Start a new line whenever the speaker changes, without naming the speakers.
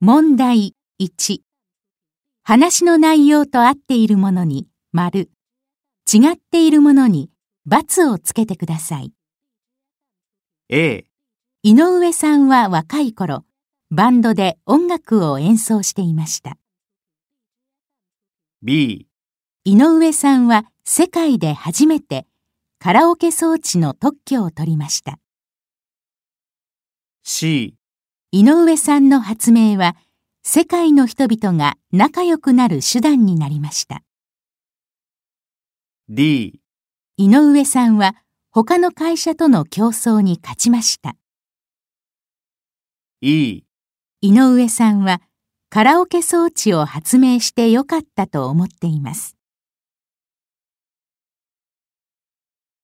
問題1。話の内容と合っているものに丸、違っているものに×をつけてください。
A、
井上さんは若い頃、バンドで音楽を演奏していました。
B、
井上さんは世界で初めてカラオケ装置の特許を取りました。
C、
井上さんの発明は世界の人々が仲良くなる手段になりました。
D、
井上さんは他の会社との競争に勝ちました。
E、
井上さんはカラオケ装置を発明してよかったと思っています。